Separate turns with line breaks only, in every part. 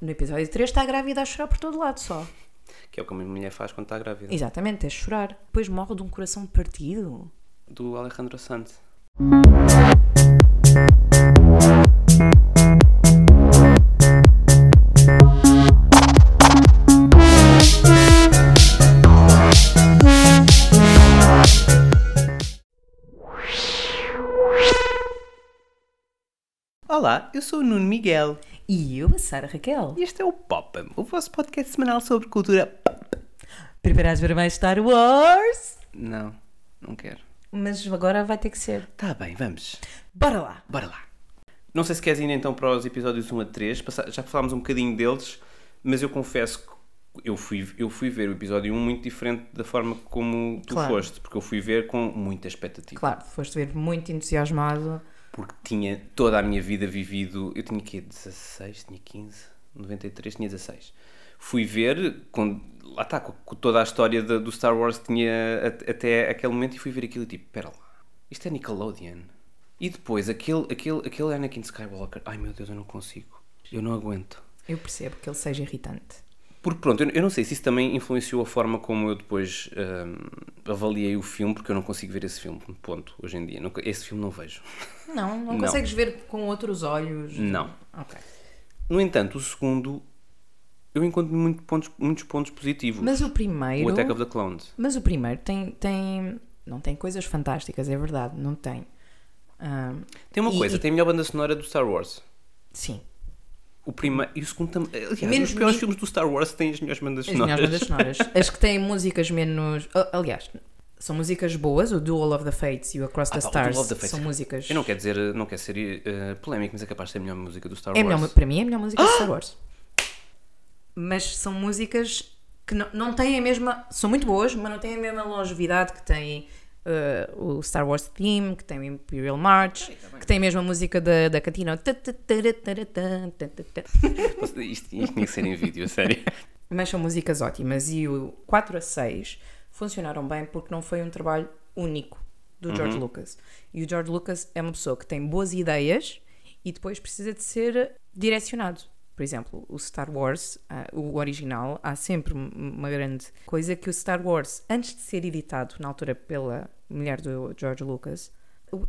no episódio 3 está grávida a chorar por todo lado só.
Que é o que uma mulher faz quando está grávida.
Exatamente, é chorar. Depois morre de um coração partido.
Do Alejandro Sanz. Olá, eu sou o Nuno Miguel
E eu, a Sara Raquel.
e este é o Pop, o vosso podcast semanal sobre cultura pop.
Preparados para mais Star Wars?
Não, não quero.
Mas agora vai ter que ser.
Tá bem, vamos.
Bora lá!
Bora lá. Não sei se queres ir então para os episódios 1 a 3, passa- já que falámos um bocadinho deles, mas eu confesso que eu fui, eu fui ver o episódio 1 muito diferente da forma como tu
Claro.
foste, porque eu fui ver com muita expectativa.
Claro, foste ver muito entusiasmado.
Porque tinha toda a minha vida vivido. Eu tinha quê? 16, tinha 15, 93, tinha 16. Fui ver, com, lá está, com, com toda a história da- do Star Wars que tinha at- até aquele momento e fui ver aquilo e tipo, pera lá, isto é Nickelodeon. E depois, aquele, aquele, aquele Anakin Skywalker, ai meu Deus, eu não consigo, eu não aguento.
Eu percebo que ele seja irritante.
Porque pronto, eu, eu não sei se isso também influenciou a forma como eu depois hum, avaliei o filme, porque eu não consigo ver esse filme, ponto, hoje em dia. Nunca- Esse filme não vejo.
Não, não,
Não.
consegues ver com outros olhos.
Não.
Ok.
No entanto, o segundo eu encontro muito pontos, muitos pontos positivos.
Mas o
o
primeiro.
Attack of the Clones.
Mas o primeiro tem, tem. Não tem coisas fantásticas, é verdade, não tem. Ah,
Tem uma
e-
coisa,
e-
tem a melhor banda sonora do Star Wars.
Sim.
O primeiro e o segundo também. Aliás,
Menos-
os piores
men-
filmes do Star Wars têm as melhores bandas
As
sonoras.
melhores bandas sonoras. As que têm músicas menos. a- Aliás, são músicas boas, o Duel of the Fates e o Across the
Ah, pá, o Duel
Stars
of the Fates.
são músicas.
Eu não quero dizer, não quero ser eh, polémico, mas é capaz de ser a melhor música do Star
é a
Wars. Ah!
melhor, para mim é a melhor música de Star Wars. Mas são músicas que não, não têm a mesma. São muito boas, mas não têm a mesma longevidade que tem eh, o Star Wars Theme, que tem o Imperial March, que tem a mesma música da, da Catina. o ta- ta- tara- tara- tan, ta- ta- ta.
Isto, isto tinha que ser em vídeo, a sério.
Mas são músicas ótimas e o 4 a 6 funcionaram bem porque não foi um trabalho único do George
Uhum.
Lucas. E o George Lucas é uma pessoa que tem boas ideias e depois precisa de ser direcionado. Por exemplo, o Star Wars, ah, o original, há sempre um- uma grande coisa que o Star Wars, antes de ser editado na altura pela mulher do George Lucas,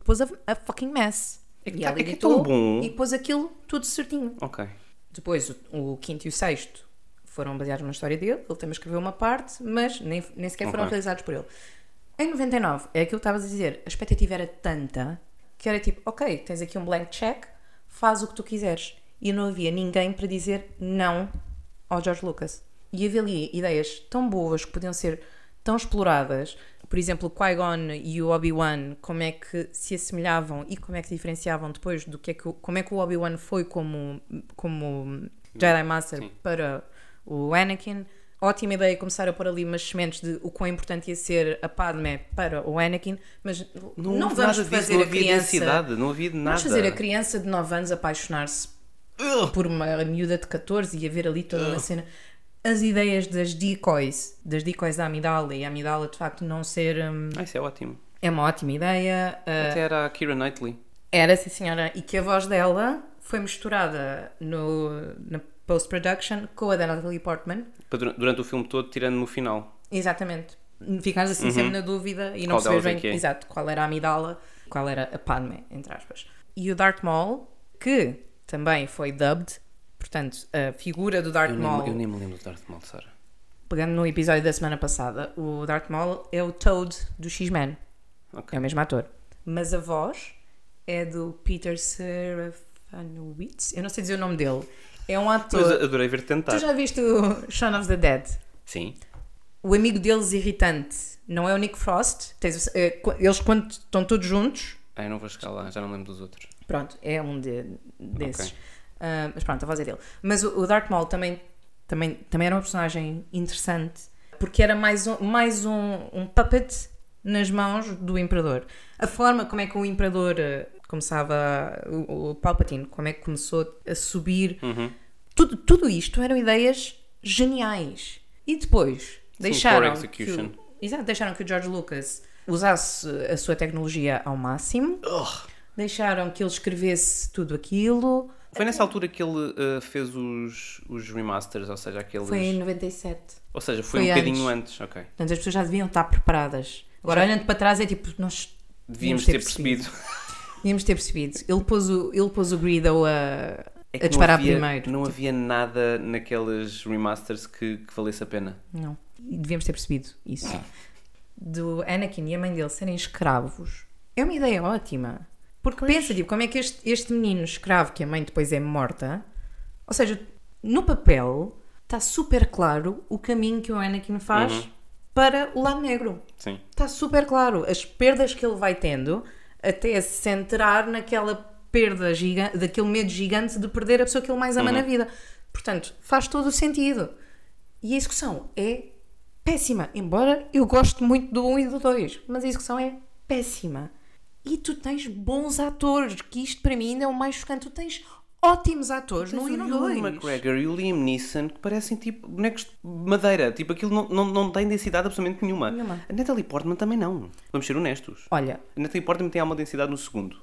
pôs a, a fucking mess.
É que
e
tá-
ela
é que é
editou
tão bom.
e pôs aquilo tudo certinho.
Ok.
Depois, o, o quinto e o sexto foram baseados na história dele, ele também escreveu uma parte, mas nem, nem sequer foram
Ok.
realizados por ele. Em 99, é aquilo que estavas a dizer, a expectativa era tanta que era tipo, ok, tens aqui um blank check, faz o que tu quiseres. E não havia ninguém para dizer não ao George Lucas. E havia ali ideias tão boas que podiam ser tão exploradas. Por exemplo, o Qui-Gon e o Obi-Wan, como é que se assemelhavam e como é que se diferenciavam depois do que é que, o- como é que o Obi-Wan foi como, como Jedi Master para o Anakin. Ótima ideia começar a pôr ali umas sementes de o quão importante ia ser a Padme para o Anakin, mas não,
houve
vamos
nada disso,
fazer
não
a
havia
criança.
densidade, não havia nada.
Vamos fazer a criança de 9 anos apaixonar-se
Ugh!
por uma miúda de 14 e haver ali toda uma cena. As ideias das decoys, das decoys da amidala e a amidala de facto não ser. hum,
Ah, isso é ótimo.
é uma ótima ideia. ah,
Até era a Kira Knightley.
era sim, senhora. E que a voz dela foi misturada no, na post-production com a da Natalie Portman.
Para dur- Durante o filme todo, tirando no final.
Exatamente. Ficámos assim sempre na dúvida e não
Uhum. Qual delas
percebes
é
bem
que é?
exato, qual era a amidala, qual era a Padme, entre aspas. E o Darth Maul, que também foi dubbed, portanto, a figura do Darth
Eu
Maul,
nem, eu nem me lembro do Darth Maul, Sara.
pegando no episódio da semana passada, o Darth Maul é o Toad do X-Men.
Ok.
É o mesmo ator. Mas a voz é do Peter Serafinowicz. Eu não sei dizer o nome dele. É um
Mas
ator.
adorei ver tentar.
Tu já viste o Shaun of the Dead?
Sim.
o amigo deles irritante não é o Nick Frost. Tens o- é, qu- eles quando estão todos juntos,
Ah, eu não vou chegar lá, já não lembro dos outros.
pronto, é um de- desses.
Ok.
Ah, mas pronto, a voz é dele. Mas o, o Darth Maul também, também, também era um personagem interessante porque era mais um, mais um, um puppet nas mãos do Imperador. A forma como é que o Imperador ah, começava, o, o Palpatine, como é que começou a subir
Uhum.
tudo, tudo isto eram ideias geniais. E depois deixaram
poor
que,
execution.
o, exato, deixaram que o George Lucas usasse a sua tecnologia ao máximo, deixaram que ele escrevesse tudo aquilo,
Foi nessa altura que ele eh, fez os, os remasters, ou seja, aqueles.
Foi em 97.
Ou seja, foi,
foi
um bocadinho antes, ok.
Portanto, as pessoas já deviam estar preparadas. Agora, olhando para trás, é tipo, nós
Devíamos ter percebido.
Devíamos ter percebido. Ele pôs o, ele pôs o Greedo a,
É
a
que
disparar
não havia,
primeiro.
Não havia nada naquelas remasters que, que valesse a pena.
Não. E devíamos ter percebido isso.
Ah.
Do Anakin e a mãe dele serem escravos é uma ideia ótima. Porque pensa, tipo, como é que este, este menino escravo, que a mãe depois é morta, ou seja, no papel está super claro o caminho que o Anakin faz
Uhum.
para o lado negro.
Sim.
Está Tá super claro. As perdas que ele vai tendo até se centrar naquela perda gigante, daquele medo gigante de perder a pessoa que ele mais
Uhum.
ama na vida. Portanto, faz todo o sentido. E a execução é péssima. Embora eu goste muito do 1 e do 2, mas a execução é péssima. E tu tens bons atores, que isto para mim ainda é o mais chocante. Tu tens ótimos atores no 1 e
o
no
Ewan
2.
McGregor e o Liam Neeson que parecem tipo bonecos de madeira. Tipo, aquilo não, não, não tem densidade absolutamente nenhuma.
Nenhuma.
A Natalie Portman também não. Vamos ser honestos.
Olha,
A Natalie Portman tem alguma densidade no segundo.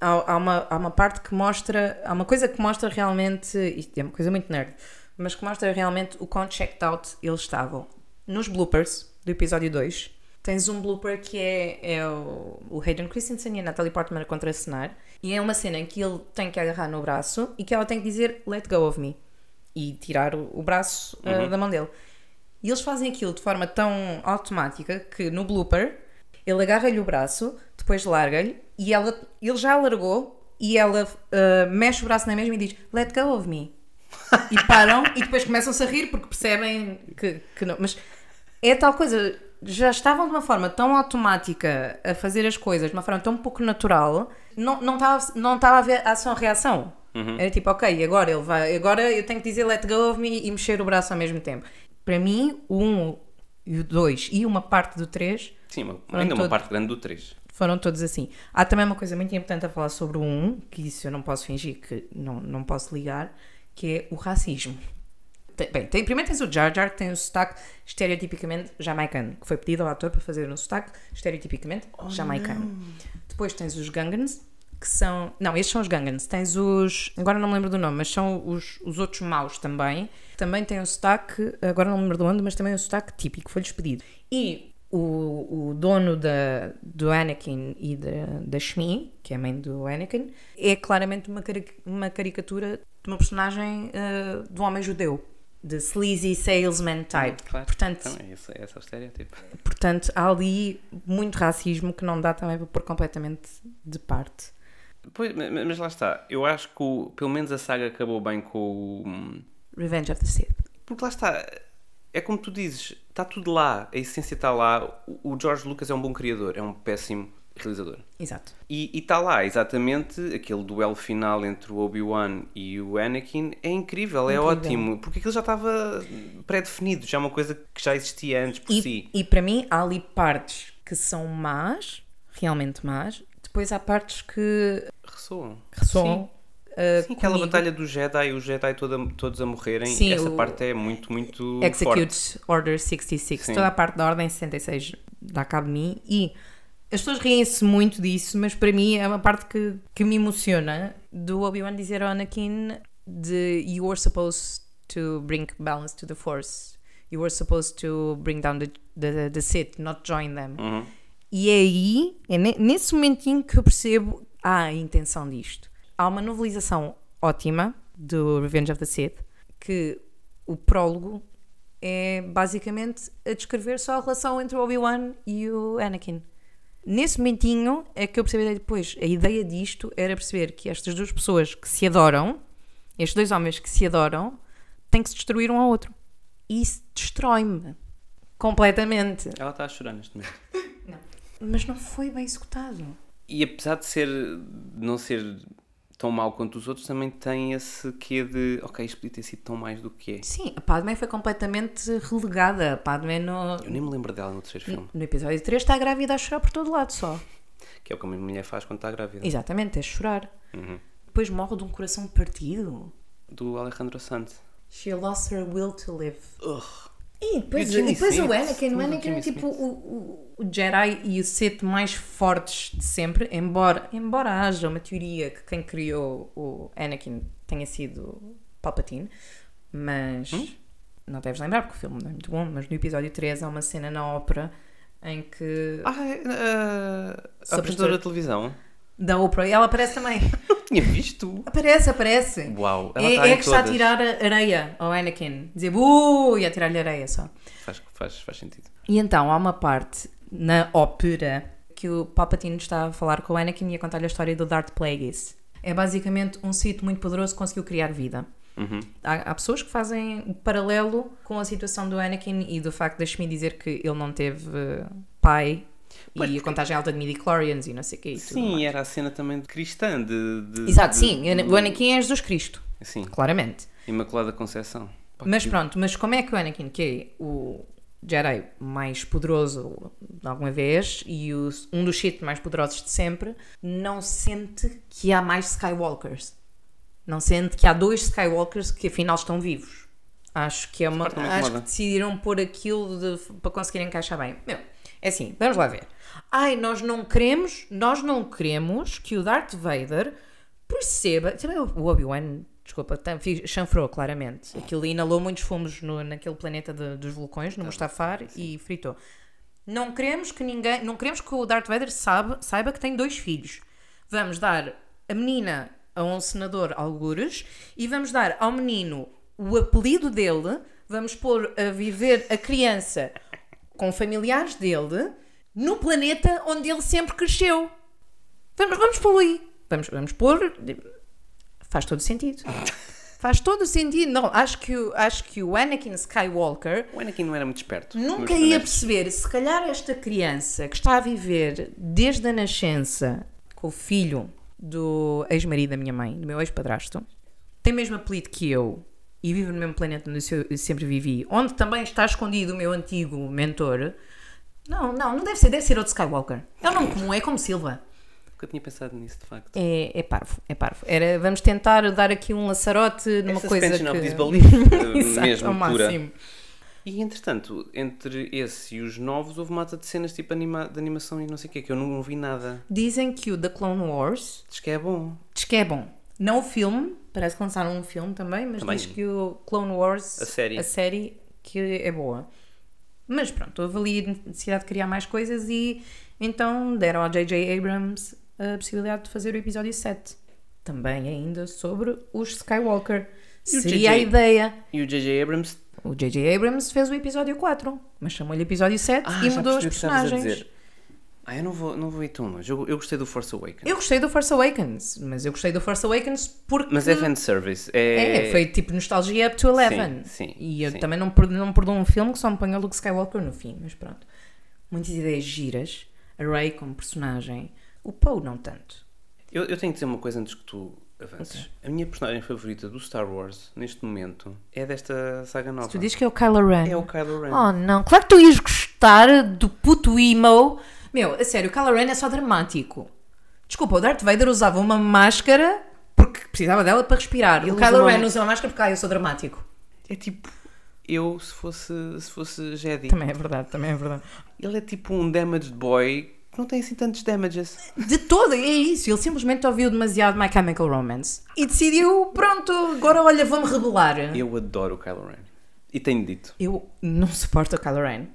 há, há uma, há uma parte que mostra, há uma coisa que mostra realmente, isto é uma coisa muito nerd, mas que mostra realmente o quão checked out eles estavam. Nos bloopers do episódio 2, tens um blooper que é, é o, o Hayden Christensen e a Natalie Portman a contracenar, e é uma cena em que ele tem que agarrar no braço e que ela tem que dizer let go of me e tirar o, o braço ah, da mão dele. E eles fazem aquilo de forma tão automática que no blooper ele agarra-lhe o braço, depois larga-lhe e ela, ele já a largou e ela ah, mexe o braço na mesma e diz let go of me. E param e depois começam-se a rir porque percebem que, que não. Mas é tal coisa, já estavam de uma forma tão automática a fazer as coisas, de uma forma tão pouco natural, não não estava não estava a haver ação-reação. Era tipo, ok, agora ele vai, agora eu tenho que dizer let go of me e mexer o braço ao mesmo tempo. Para mim, o 1 e o 2 e uma parte do 3
Sim, uma- ainda uma
todo.
parte grande do 3.
foram todos assim. Há também uma coisa muito importante a falar sobre o 1, que isso eu não posso fingir que não, não posso ligar, que é o racismo. Tem- bem, tem- primeiro tens o Jar Jar, que tem um sotaque estereotipicamente jamaicano, que foi pedido ao ator para fazer um sotaque estereotipicamente jamaicano. Depois tens os Gungans, que são. Não, estes são os Gungans. Tens os. Agora não me lembro do nome, mas são os, os outros maus também. Também têm um sotaque, agora não me lembro de onde, mas também é um sotaque típico, foi-lhes pedido. E o, o dono da, do Anakin e da, da Shmi, que é a mãe do Anakin, é claramente uma, cari- uma caricatura de uma personagem eh, de um homem judeu. De sleazy salesman type. Portanto,
Então, é esse, é esse o estereótipo.
portanto, há ali muito racismo que não dá também para pôr completamente de parte.
Pois, ma- ma- mas lá está. Eu acho que o- pelo menos a saga acabou bem com o.
Revenge of the Sith.
Porque lá está. É como tu dizes, está tudo lá, a essência está lá. O o George Lucas é um bom criador, é um péssimo realizador.
Exato.
E e está lá, exatamente, aquele duelo final entre o Obi-Wan e o Anakin é incrível, é
Incrível.
ótimo, porque aquilo já estava pré-definido, já é uma coisa que já existia antes por
E,
si.
e para mim há ali partes que são más, realmente más. Depois há partes que
Ressoam.
ressoam. ah,
Sim, aquela
comigo.
batalha do Jedi, os Jedi toda- todos a morrerem,
Sim,
essa
o-
parte é muito, muito forte.
Execute Order 66,
Sim.
toda a parte da Ordem 66 dá cabo de mim e as pessoas riem-se muito disso, mas para mim é uma parte que, que me emociona do Obi-Wan dizer ao Anakin de You were supposed to bring balance to the Force. You were supposed to bring down the, the, the Sith, not join them.
Uhum.
E é aí, é ne- nesse momentinho que eu percebo ah, a intenção disto. Há uma novelização ótima do Revenge of the Sith, que o prólogo é basicamente a descrever só a relação entre o Obi-Wan e o Anakin. Nesse momentinho é que eu percebi depois, a ideia disto era perceber que estas duas pessoas que se adoram, estes dois homens que se adoram, têm que se destruir um ao outro. E isso destrói-me completamente.
Ela está a chorar neste momento.
Mas não foi bem executado.
E apesar de ser não ser tão mau quanto os outros, também tem esse quê de ok, isto podia ter sido tão mais do que é.
Sim, a Padmé foi completamente relegada. A Padmé no,
Eu nem me lembro dela no terceiro filme,
no episódio 3 está grávida a chorar por todo lado só.
que é o que a minha mulher faz quando está grávida. Uhum.
Exatamente, é chorar. Depois morre de um coração partido.
Do Alejandro Sanz.
She lost her will to live.
Ugh.
E depois,
E o Jimmy
e depois o
Smith,
Anakin, o
tudo,
Anakin é
Jimmy
tipo
Smith.
o, o- o Jedi e o Sith mais fortes de sempre, embora, embora haja uma teoria que quem criou o Anakin tenha sido Palpatine, mas
Hum?
não deves lembrar porque o filme não é muito bom, mas no episódio 3 há uma cena na ópera em que
Ah, é, ah, a
Sobre
apresentadora
história.
da televisão.
da Oprah, ela aparece também.
Não tinha visto.
Aparece, aparece.
Uau, ela tá
É,
está
é
em
que
todas.
está a tirar a- areia ao Anakin. Dizer buuuu e a tirar-lhe areia só.
Faz, faz, faz sentido.
E então há uma parte na ópera que o Palpatine está a falar com o Anakin e a contar-lhe a história do Darth Plagueis. É basicamente um sítio muito poderoso que conseguiu criar vida.
Uhum.
Há, há pessoas que fazem o paralelo com a situação do Anakin e do facto de Shmi dizer que ele não teve eh, pai
Pois,
e a contagem alta de midichlorians e não sei o que.
Sim, era a cena também de cristã. De, de-
Exato,
de-
sim.
do-
O Anakin é Jesus Cristo,
Sim,
claramente.
Imaculada Conceição. Pá,
Mas
que-
pronto, mas como é que o Anakin, que é o Jedi mais poderoso de alguma vez e o- um dos Sith mais poderosos de sempre, não sente que há mais Skywalkers? Não sente que há dois Skywalkers que afinal estão vivos? Acho que é uma.
parte não me
Acho que
incomoda.
decidiram pôr aquilo de- para conseguir encaixar bem. Meu, é assim, vamos lá ver. Ai, nós não queremos, nós não queremos que o Darth Vader perceba. Também o Obi-Wan, desculpa, tam- fiz- chanfrou claramente. Aquilo inalou muitos fumos no, naquele planeta de- dos vulcões,
Tá.
no Mustafar, e fritou. Não queremos que ninguém, não queremos que o Darth Vader sabe, saiba que tem dois filhos. Vamos dar a menina a um senador algures e vamos dar ao menino o apelido dele, vamos pôr a viver a criança com familiares dele no planeta onde ele sempre cresceu. Vamos, vamos pô-lo aí. Vamos, vamos pôr. Faz todo sentido. Faz todo sentido. Não, acho que, o- acho que o Anakin Skywalker
O Anakin não era muito esperto.
Nunca
Mas é
ia
também-
perceber, se calhar esta criança que está a viver desde a nascença com o filho do ex-marido da minha mãe, do meu ex-padrasto, tem o mesmo apelido que eu e vive no mesmo planeta onde eu sempre vivi, onde também está escondido o meu antigo mentor. Não, não, não deve ser, deve ser outro Skywalker. É um nome comum, é como Silva.
Nunca tinha pensado nisso, de facto.
É, é parvo, é parvo. Era, vamos tentar dar aqui um laçarote numa
É
coisa que...
suspension of disbelief, eh,
Exato,
mesmo,
ao
pura.
máximo.
E entretanto, entre esse e os novos, houve mata de cenas tipo anima- de animação e não sei o que, que eu não vi nada.
Dizem que o The Clone Wars
Diz que é bom.
Diz que é bom. Não o filme, parece que lançaram um filme também, mas
Também.
diz que o Clone Wars,
A série.
que é boa. Mas pronto, houve ali a necessidade de criar mais coisas e então deram ao J.J. Abrams a possibilidade de fazer o episódio 7. Também ainda sobre os Skywalker.
E o
Seria a
J.J.?
ideia.
E o J.J. Abrams.
O J.J. Abrams fez o episódio 4, mas chamou-lhe episódio 7
Ah,
e
já
mudou os
percebi o que estavas a
personagens.
dizer. Ah, eu não vou, não vou ir tão longe. Eu, eu gostei do Force Awakens.
Eu gostei do Force Awakens, mas eu gostei do Force Awakens porque
Mas é fanservice. É,
É, foi tipo nostalgia up to 11.
Sim, sim,
e eu
sim.
também não perdo, não perdo um filme que só me põe o Luke Skywalker no fim, mas pronto. Muitas ideias giras. A Rey como personagem. O Poe não tanto.
Eu, eu tenho que dizer uma coisa antes que tu avances. A minha personagem favorita do Star Wars, neste momento, é desta saga nova.
Tu dizes que é o Kylo Ren.
É o Kylo Ren.
Oh não, claro que tu ias gostar do puto emo. Meu, a sério, o Kylo Ren é só dramático. Desculpa, o Darth Vader usava uma máscara porque precisava dela para respirar.
Ele
o
usa
Kylo
uma-
Ren usa uma máscara porque, ah, eu sou dramático.
É tipo eu se fosse, se fosse Jedi.
Também é verdade, também é verdade.
Ele é tipo um damaged boy que não tem assim tantos damages.
De todo, é isso. Ele simplesmente ouviu demasiado My Chemical Romance e decidiu, pronto, agora olha, vou-me rebelar. Eu,
Eu adoro o Kylo Ren. E tenho dito.
não suporto o Kylo Ren.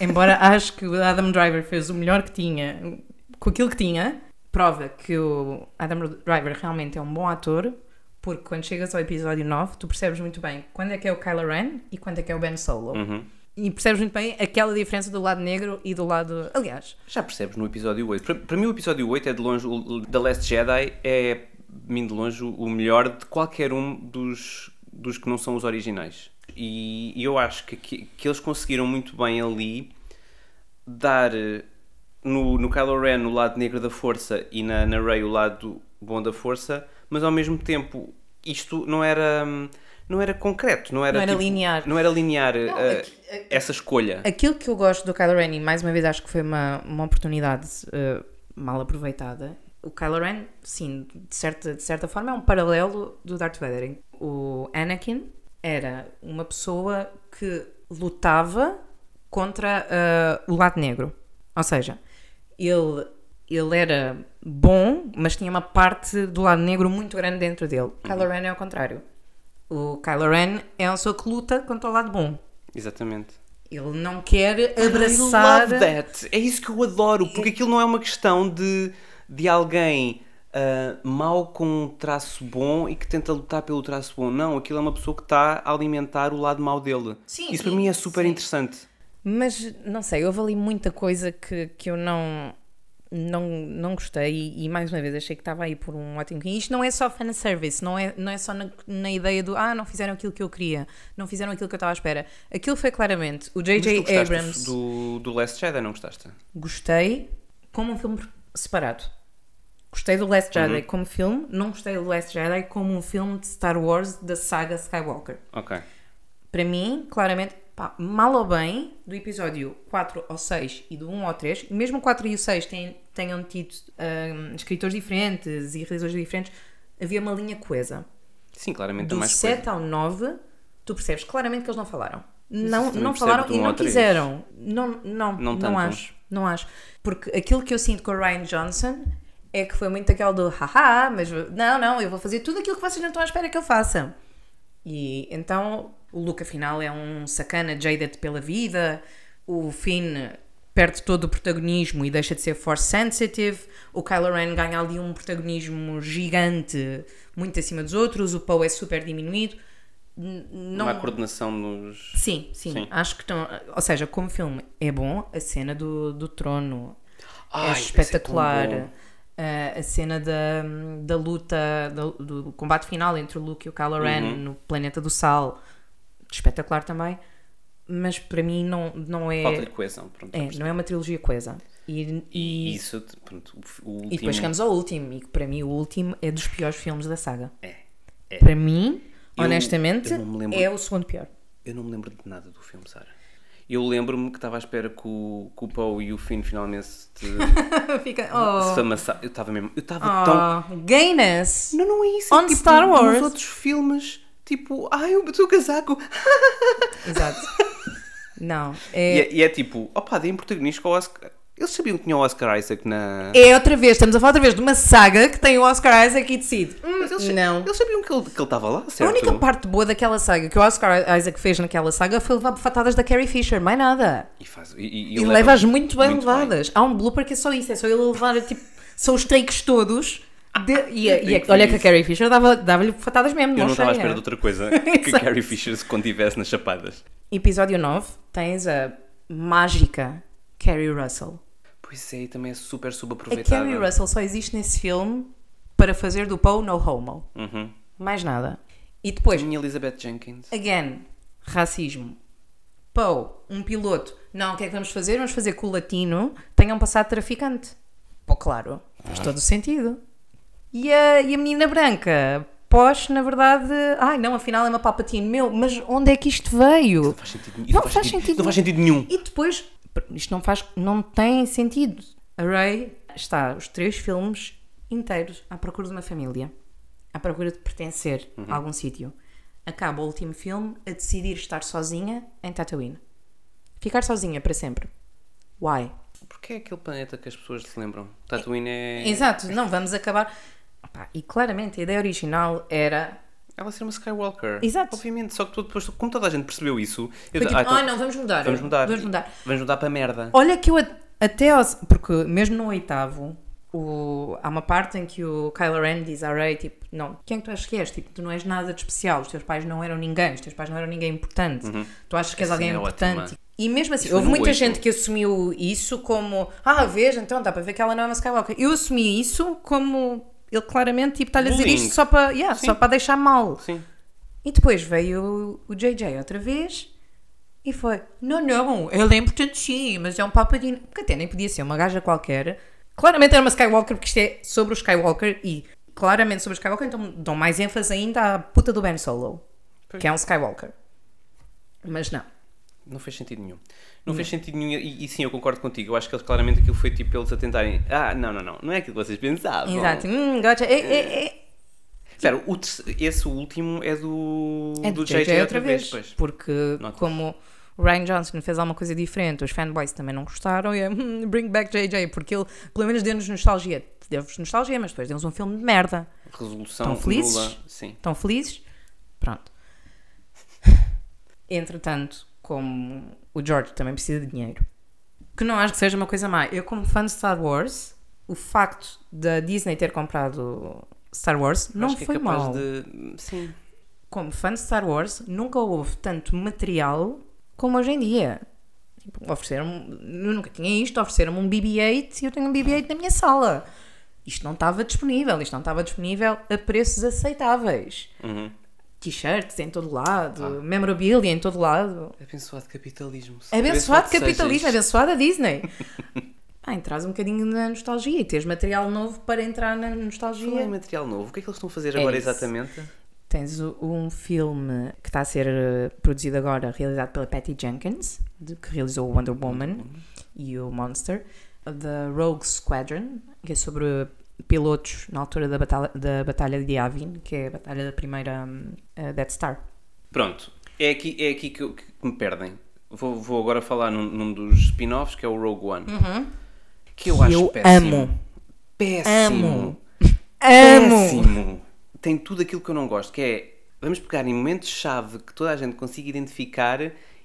Embora acho que o Adam Driver fez o melhor que tinha com aquilo que tinha, prova que o Adam Driver realmente é um bom ator, porque quando chegas ao episódio 9, tu percebes muito bem quando é que é o Kylo Ren e quando é que é o Ben Solo.
Uhum.
E percebes muito bem aquela diferença do lado negro e do lado. Aliás,
Já percebes no episódio 8. Para, para mim o episódio 8 é de longe, o The Last Jedi é, de mim de longe, o- o melhor de qualquer um dos, dos que não são os originais. E, e eu acho que, que, que eles conseguiram muito bem ali dar eh, no, no Kylo Ren o lado negro da força e na, na Rey o lado bom da força, mas ao mesmo tempo isto não era... hum, Não era concreto, não era,
Não era
tipo-
linear.
Não era linear eh,
aqui- aqui-
essa escolha.
Aquilo que eu gosto do Kylo Ren, e mais uma vez acho que foi uma, uma oportunidade eh, mal aproveitada, o Kylo Ren, sim, de certa, de certa forma é um paralelo do Darth Vader. O Anakin era uma pessoa que lutava contra ah, o lado negro. Ou seja, ele, ele era bom, mas tinha uma parte do lado negro muito grande dentro dele. Kylo Ren é ao contrário. O Kylo Ren é uma pessoa que luta contra o lado bom.
Exatamente.
Ele não quer
I
abraçar.
love that. É isso que eu adoro, porque aquilo não é uma questão de, de alguém ah, mau com um traço bom e que tenta lutar pelo traço bom. Não, aquilo é uma pessoa que está a alimentar o lado mau dele.
Sim,
isso para
sim,
mim é super
sim.
interessante.
Mas não sei, houve ali muita coisa que, que eu não, não, não gostei e, e, mais uma vez achei que estava aí por um ótimo caminho. Isto não é só fanservice, não é, não é só na, na ideia do ah, não fizeram aquilo que eu queria, não fizeram aquilo que eu estava à espera. Aquilo foi claramente o
Mas tu
J.J.
gostaste
Abrams.
do, do Last Jedi, não gostaste?
Gostei como um filme separado. Gostei do Last
Uhum.
Jedi como filme, não gostei do Last Jedi como um filme de Star Wars da saga Skywalker.
Ok.
Para mim, claramente, pá, mal ou bem, do episódio 4 ao 6 e do 1 ao 3, mesmo o 4 e o 6 têm, tenham tido hum, escritores diferentes e realizadores diferentes, havia uma linha coesa.
Sim, claramente é
Do
mais
7
coisa.
ao 9, tu percebes claramente que eles não falaram. Não,
também
não
percebo
falaram
do
e
1 ao
não
3.
quiseram. Não, não,
Não
não,
tanto.
acho. Não acho. Porque aquilo que eu sinto com o Ryan Johnson é que foi muito aquele do haha, mas não, não, eu vou fazer tudo aquilo que vocês não estão à espera que eu faça. E então o Luke afinal é um sacana jaded pela vida, o Finn perde todo o protagonismo e deixa de ser force sensitive, o Kylo Ren ganha ali um protagonismo gigante, muito acima dos outros, o Poe é super diminuído. N-
Não
Não...
há coordenação nos.
Sim, sim,
Sim.
acho que estão. Ou seja, como filme é bom, a cena do, do trono
Ai,
é
vai ser tão
espetacular.
um bom.
Ah, a cena da, da luta, da- do combate final entre o Luke e o Kylo Ren
Uhum.
no planeta do Sal, espetacular também. Mas para mim não, não é.
Falta-lhe coesão. Pronto,
é,
já percebi.
não é uma trilogia coesa. E,
E
e,
isso, pronto, o, o último.
e depois chegamos ao último, e que para mim o último é dos piores filmes da saga.
É.
Para mim,
Eu-
honestamente,
eu não me lembro-
é o segundo pior.
Eu não me lembro de nada do filme, Sara. Eu lembro-me que estava à espera que o, que o Poe e o Finn finalmente se,
Fica. Oh.
se amassassem. Eu estava mesmo. Eu estava tão.
Oh, gayness!
Não, não é isso. é
On Star Wars.
Nos outros filmes, tipo, ai, o teu casaco.
Exato. Não.
E,
É,
é, e é tipo, opá, deem protagonista ao Oscar. Eles sabiam que tinha o Oscar Isaac na.
é outra vez, estamos a falar outra vez de uma saga que tem o Oscar Isaac e decide. "Hum,
Mas eles,
não.
Eles sabiam que ele que ele estava lá,
A
certo?
única parte boa daquela saga que o Oscar Isaac fez naquela saga foi levar bufatadas da Carrie Fisher, mais nada.
E, faz, e, e- e
E, levas muito bem
muito bem.
levadas. Há um blooper que é só isso, é só ele levar, tipo, são os takes todos. de- e a- e a-
Tem que ver
olha que a
isso.
Carrie Fisher dava- dava-lhe bufatadas mesmo,
Eu
não é.
não estava à
cheia.
espera de outra coisa que
Exato.
Carrie Fisher se contivesse nas chapadas.
Episódio 9, tens a mágica Carrie Russell.
Pois é, e também é super
A
subaproveitada.
Carrie Russell só existe nesse filme para fazer do Poe no homo.
Uhum.
Mais nada. E depois,
Minha Elizabeth Jenkins.
again, racismo. Poe, um piloto. Não, o que é que vamos fazer? Vamos fazer que o latino tenha um passado traficante. Pô, claro. Faz todo o sentido. E a, e a menina branca? Posh, na verdade... Ai, não, afinal é uma palpatine. Meu, mas onde é que isto veio?
Não faz sentido, isso não faz sentido,
sentido
não faz sentido nenhum.
E depois, isto não faz, não tem sentido. A Ray está os três filmes inteiros à procura de uma família, à procura de pertencer
Uhum.
a algum sítio. Acaba o último filme a decidir estar sozinha em Tatooine. Ficar sozinha para sempre. Why?
Porquê é aquele planeta que as pessoas se lembram? Tatooine é.
Exato, não vamos acabar. Opá, e claramente a ideia original era.
Ela ser uma Skywalker.
Exato.
Obviamente, só que tu depois, como toda a gente percebeu isso, eu
Foi tipo,
ah, então
ah, não, vamos mudar.
vamos mudar.
Vamos mudar. Oh.
Vamos mudar para merda.
Olha que eu at- até ao, porque mesmo no oitavo o- há uma parte em que o Kylo Ren diz à Rey tipo, não, quem tu achas que és? Tipo, tu não és nada de especial, os teus pais não eram ninguém os teus pais não eram ninguém importante tu achas que és
Essa
alguém
é ótima.
importante e mesmo assim,
Isso
houve
no
muita
oito.
gente que assumiu isso como ah, veja, então dá para ver que ela não é uma Skywalker eu assumi isso como ele claramente tipo, está-lhe a dizer
Bullying.
isto só para yeah,
Sim.
só para deixar mal
Sim.
e depois veio o JJ outra vez e foi: Não, não, ele é importante sim, mas é um papadinho. Porque até nem podia ser uma gaja qualquer. Claramente era uma Skywalker, porque isto é sobre o Skywalker e claramente sobre o Skywalker, então dão mais ênfase ainda à puta do Ben Solo,
Pois.
que é um Skywalker. Mas não.
Não fez sentido nenhum. Não fez sentido nenhum. E, e sim, eu concordo contigo. Eu acho que eles, claramente aquilo foi tipo eles a tentarem. Ah, não, não, não. Não é aquilo que vocês pensavam.
Exato. Hum, gotcha. É, é, é.
Espera, o terce- esse último é do.
É do JJ outra vez.
pois. é
Porque,
Notas.
como Ryan Johnson fez alguma coisa diferente, os fanboys também não gostaram e é "Hum, bring back JJ, porque ele pelo menos deu-nos nostalgia. Deu-vos nostalgia, mas depois deu-nos um filme de merda.
Resolução
Estão felizes?
nula. Sim.
Estão felizes? Pronto. Entretanto, como o George também precisa de dinheiro, que não acho que seja uma coisa má. Eu, como fã de Star Wars, o facto da Disney ter comprado Star Wars não
Acho que
foi
é capaz
mau.
de. Sim.
Como fã de Star Wars, nunca houve tanto material como hoje em dia. Tipo, ofereceram eu nunca tinha isto, ofereceram-me um BB-8 e eu tenho um BB-8 na minha sala. Isto não estava disponível, isto não estava disponível a preços aceitáveis
Uhum.
t-shirts em todo lado, memorabilia em todo lado.
Abençoado capitalismo.
Abençoado
seja
capitalismo,
isto.
abençoada Disney. Pá, entras um bocadinho na nostalgia e tens material novo para entrar na
Não é
nostalgia.
material novo. O que é que eles estão a fazer
É
agora
isso.
exatamente?
Tens o- um filme que está a ser eh, produzido agora, realizado pela Patty Jenkins, de- que realizou o Wonder Woman e o Monster, The Rogue Squadron, que é sobre pilotos na altura da batalha, da batalha de Yavin, que é a batalha da primeira hum, eh, Death Star.
Pronto, é aqui, é aqui que, eu- que me perdem. Vou, vou agora falar num, num dos spin-offs que é o Rogue One. Que eu
Que
acho
Uhum. eu
péssimo.
amo.
Péssimo.
Amo. Amo!
Péssimo. Tem tudo aquilo que eu não gosto, que é vamos pegar em momentos-chave que toda a gente consiga identificar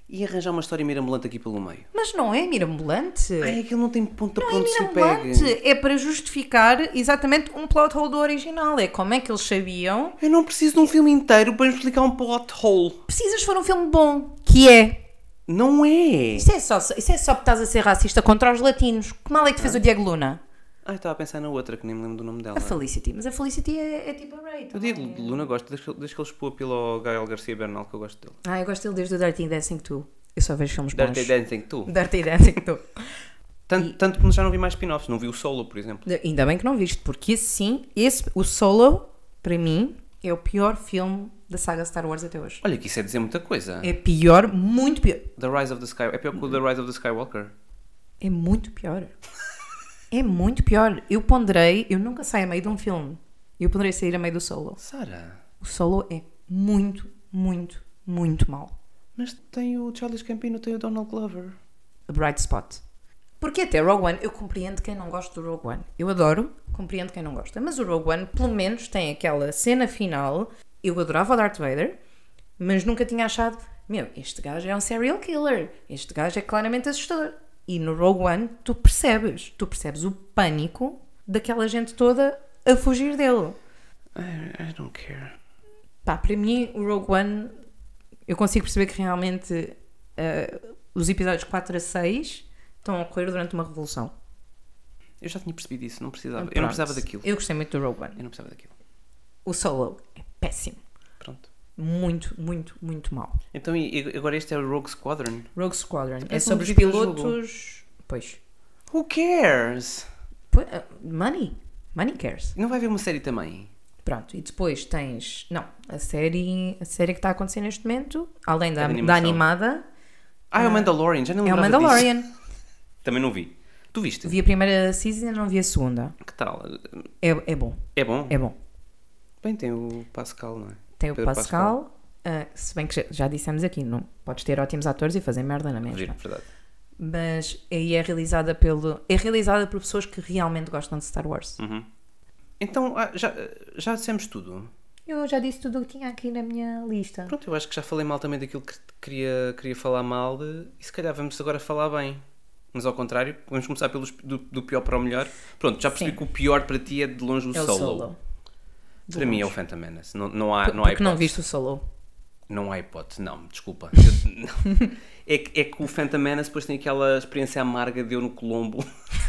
e arranjar uma história mirabolante aqui pelo meio.
Mas não é mirabolante.
Ai, aquilo não tem ponta para
Não é
onde se pega.
mirabolante, é para justificar exatamente um plot hole do original. É como é que eles sabiam.
Eu não preciso de um filme inteiro para explicar um plot hole.
Precisas for um filme bom, que é.
Não é.
Isso é só, isso é só porque estás a ser racista contra os latinos. Que mal é que fez o Diego Luna?
Ai, estava a pensar na outra que nem me lembro do nome dela.
A Felicity, mas a Felicity é, é tipo a Ray.
O Diego Luna gosto, desde que- desde que ele expôs pelo Gael Garcia Bernal, que eu gosto dele.
Ah, eu gosto dele desde o Dirty Dancing 2. Eu só vejo filmes bons.
Dirty Dancing, tu.
Dirty Dancing 2.
Tanto, tanto que já não vi mais spin-offs, não vi o Solo, por exemplo.
Ainda bem que não viste, porque esse sim, esse, o Solo, para mim, é o pior filme da saga Star Wars até hoje.
Olha, que isso é dizer muita coisa.
É pior, muito pior.
The Rise of the Skywalker. É pior que o The Rise of the Skywalker.
É muito pior. É muito pior. Eu ponderei, eu nunca saio a meio de um filme. Eu ponderei sair a meio do solo.
Sara,
O solo é muito, muito, muito mau.
mas tem o Charles Campino, tem o Donald Glover.
A Bright Spot. Porque até Rogue One, eu compreendo quem não gosta do Rogue One. Eu adoro, compreendo quem não gosta. Mas o Rogue One, pelo menos, tem aquela cena final. Eu adorava o Darth Vader, mas nunca tinha achado, meu, este gajo é um serial killer. Este gajo é claramente assustador. E no Rogue One, tu percebes. Tu percebes o pânico daquela gente toda a fugir dele.
I, I don't care.
Pá, para mim, o Rogue One, eu consigo perceber que realmente eh, os episódios 4 a 6 estão a ocorrer durante uma revolução.
Eu já tinha percebido isso, não precisava. Tá, Eu
Ah, Pronto.
não precisava daquilo.
Eu gostei muito do Rogue One.
Eu não precisava daquilo.
O solo é péssimo.
Pronto.
Muito, muito, muito mau.
Então, e e agora este é o Rogue Squadron?
Rogue Squadron é
Parece
sobre
um
os
videojogo.
pilotos. Pois.
Who cares?
Pois, eh, Money. Money cares.
Não vai haver uma série também?
Pronto, e depois tens. Não, a série, a série que está a acontecer neste momento, além da,
É de
da
animação.
animada,
Ah, é o Mandalorian, já não
é o
lembrava disso.
Mandalorian.
Também não vi. Tu viste?
Vi a primeira season e não vi a segunda.
Que tal?
É, é bom,
É bom?
é bom.
Bem, tem o Pascal, não é?
Tem o
Pedro
Pascal, ah, se bem que já, já dissemos aqui, não podes ter ótimos atores e fazer merda na mesma.
Giro, verdade.
mas aí é realizada pelo é realizada por pessoas que realmente gostam de Star Wars.
Uhum. Então, ah, já, já dissemos tudo.
Eu já disse tudo o que tinha aqui na minha lista.
Pronto, eu acho que já falei mal também daquilo que queria, queria falar mal eh, e se calhar vamos agora falar bem. Mas ao contrário, vamos começar pelos, do, do pior para o melhor. Pronto, já percebi
Sim.
que o pior para ti é de longe o,
É o
solo.
solo.
Para mim é o Phantom Menace. Não, não há,
Por-
não é há
Porque
hipótese.
não viste o solo.
Não há hipótese, não, desculpa. Eu- não. é, que- é que o Phantom Menace depois tem aquela experiência amarga de eu no Colombo.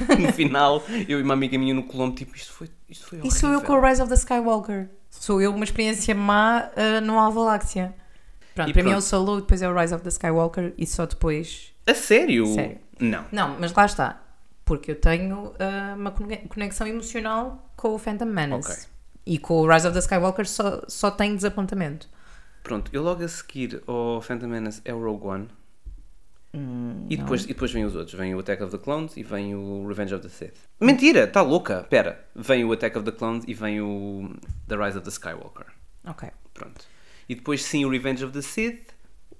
no final, eu e uma amiga minha no Colombo, tipo, isto foi, isto foi
E
horrível.
sou eu com o Rise of the Skywalker. Sou eu uma experiência má ah, no Alvaláxia. Pronto,
E
para mim é o
pronto.
solo e depois é o Rise of the Skywalker e só depois.
A sério?
Sério.
Não.
Não, mas lá está. Porque eu tenho ah, uma cone- conexão emocional com o Phantom Menace.
Ok.
E com o Rise of the Skywalker só, só tenho desapontamento.
Pronto, eu logo a seguir ao Phantom Menace é o Rogue One. e, depois, e depois vem os outros. Vem o Attack of the Clones e vem o Revenge of the Sith. Mentira, está louca. Pera, vem o Attack of the Clones e vem o The Rise of the Skywalker.
Ok.
Pronto. E depois sim o Revenge of the Sith,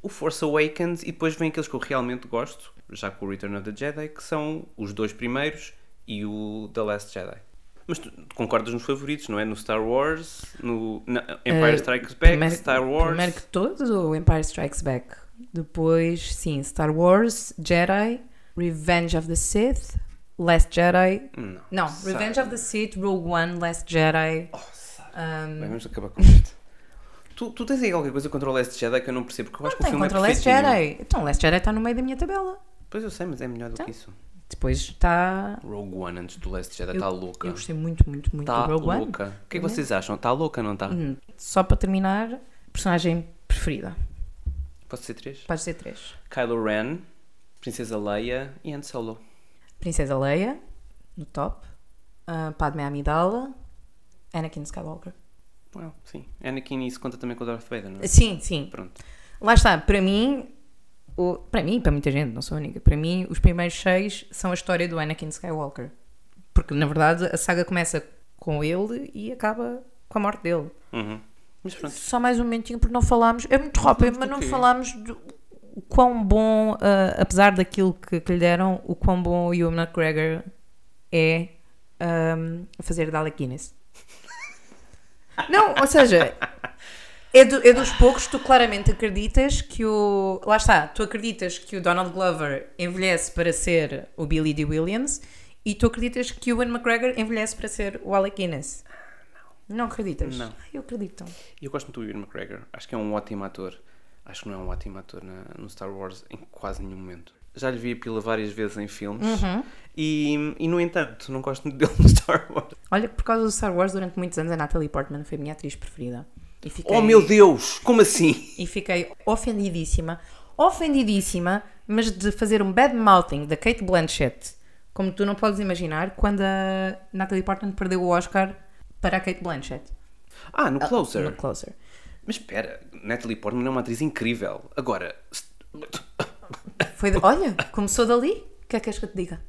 o Force Awakens e depois vem aqueles que eu realmente gosto, já com o Return of the Jedi, que são os dois primeiros e o The Last Jedi. Mas tu concordas nos favoritos, não é? No Star Wars, no na- Empire
Eh,
Strikes Back,
primeiro-
Star Wars.
Primeiro que todos, o Empire Strikes Back. Depois, sim, Star Wars, Jedi, Revenge of the Sith, Last Jedi.
Não.
Não,
Sa-
Revenge of the Sith, Rogue One, Last Jedi.
Oh, Sara.
um,
Bem, vamos acabar com isto. Tu, tu tens aí qualquer coisa contra o Last Jedi que eu não percebo, porque eu acho
não
que o
tem
filme
contra
é
Last
perfeitinho.
Jedi. Então, Last Jedi está no meio da minha tabela.
Pois eu sei, mas é melhor do
Então.
que isso.
Depois tá está.
Rogue One antes do Last Jedi
Eu-
está louca.
Eu gostei muito, muito, Uhum. muito
Está
do Rogue One.
Tá. louca. O que é que vocês acham? Está louca, não tá? está?
Hum, Só para terminar, personagem preferida.
Pode ser três?
Pode ser três:
Kylo Ren, Princesa Leia e Han Solo.
Princesa Leia, no top. ah, Padme Amidala. Anakin Skywalker.
Well, sim. Anakin, isso conta também com o Darth Vader, não é?
Sim, sim.
Pronto.
Lá está, para mim, o, para mim e para muita gente, não sou a única, para mim os primeiros seis são a história do Anakin Skywalker. Porque na verdade a saga começa com ele e acaba com a morte dele.
Uhum. Mas pronto.
Só mais um momentinho, porque não falámos, é muito rápido,
Falámos
mas
do
não
quê?
falámos do o quão bom, ah, apesar daquilo que, que lhe deram, o quão bom o Ewan McGregor é ahm, a fazer Dalek Guinness. Não, ou seja, é, do- é dos poucos que tu claramente acreditas que o. Lá está, tu acreditas que o Donald Glover envelhece para ser o Billy Dee Williams e tu acreditas que o Ewan McGregor envelhece para ser o Alec Guinness. Não acreditas?
Ah, Não.
Ai, eu acredito.
E eu gosto muito do Ewan McGregor. Acho que é um ótimo ator. Acho que não é um ótimo ator na- no Star Wars em quase nenhum momento. Já lhe vi a pila várias vezes em filmes.
Uhum.
E, e, no entanto, não gosto muito dele no Star Wars.
Olha, por causa do Star Wars, durante muitos anos a Natalie Portman foi a minha atriz preferida. E fiquei,
Oh meu Deus! Como assim?
E fiquei ofendidíssima, ofendidíssima, mas de fazer um bad mouthing da Kate Blanchett, como tu não podes imaginar, quando a Natalie Portman perdeu o Oscar para a Kate Blanchett.
Ah, no Closer.
No Closer.
Mas espera, Natalie Portman é uma atriz incrível. Agora. se-
Foi de- olha, começou dali. O que é que és que eu te diga?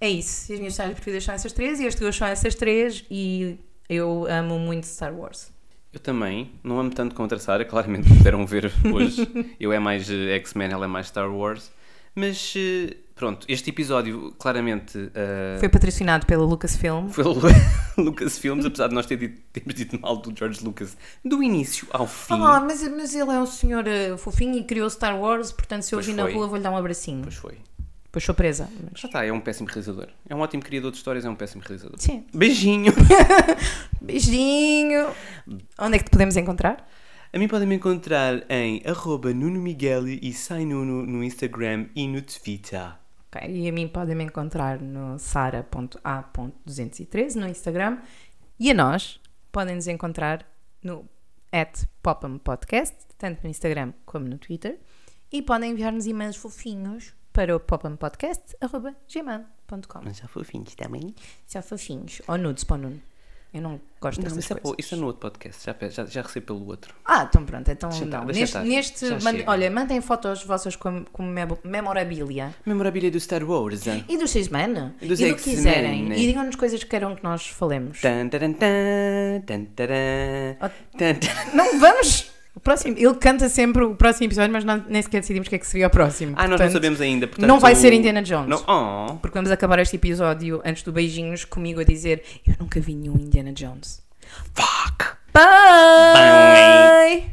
É isso. E As minhas séries preferidas são essas três e as tuas são essas três e eu amo muito Star Wars.
Eu também, não amo tanto contra a Sara, claramente puderam ver hoje. Eu é mais eh, X-Men, ela é mais Star Wars. Mas eh, pronto, este episódio claramente eh,
Foi patrocinado pela Lucasfilm.
foi o Lucas Filmes, apesar de nós ter dito- termos dito mal do George Lucas do início ao fim.
Ah, mas, mas ele é um senhor eh, fofinho e criou Star Wars, portanto se eu
Pois
vir na
foi.
rua vou-lhe dar um abracinho.
Pois foi.
Pois sou presa. mas-
Já está, é um péssimo realizador. É um ótimo criador de histórias, é um péssimo realizador.
Sim.
Beijinho!
Beijinho! Onde é que te podemos encontrar?
A mim podem me encontrar em arroba Nuno Miguel e Sai Nuno no Instagram e no Twitter.
Ok, E a mim podem me encontrar no sara.a.213 no Instagram e a nós podem nos encontrar no at Pop'em Podcast, tanto no Instagram como no Twitter, e podem enviar-nos e-mails fofinhos para o popempodcast.gmail.com.
Mas já fofinhos também.
Só fofinhos. Ou nudes para o Nuno. Eu não gosto
Não,
dessas
isso é,
coisas.
pô, isso é no outro podcast, já, pe- já, já recebi pelo outro.
Ah, então pronto, então
Deixa
não.
estar,
neste,
deixa estar.
neste
Já
mande-
chega.
olha, mandem fotos vossas com, com memo- memorabilia
Memorabilia do Star Wars. hein?
e dos X-Men
E dos
e do que
X-Men,
quiserem
né? Tá.
e digam-nos coisas que queiram que nós falemos.
Tan, taran, tan, tan, taran,
Oh.
tan, taran.
Não vamos! O próximo, ele canta sempre o próximo episódio, mas não- nem sequer decidimos o que é que seria o próximo.
Ah, nós não
Portanto,
sabemos ainda, portanto...
não vai ser Indiana Jones.
Não, oh.
Porque vamos acabar este episódio antes do beijinhos comigo a dizer: Eu nunca vi nenhum Indiana Jones.
Fuck!
Bye.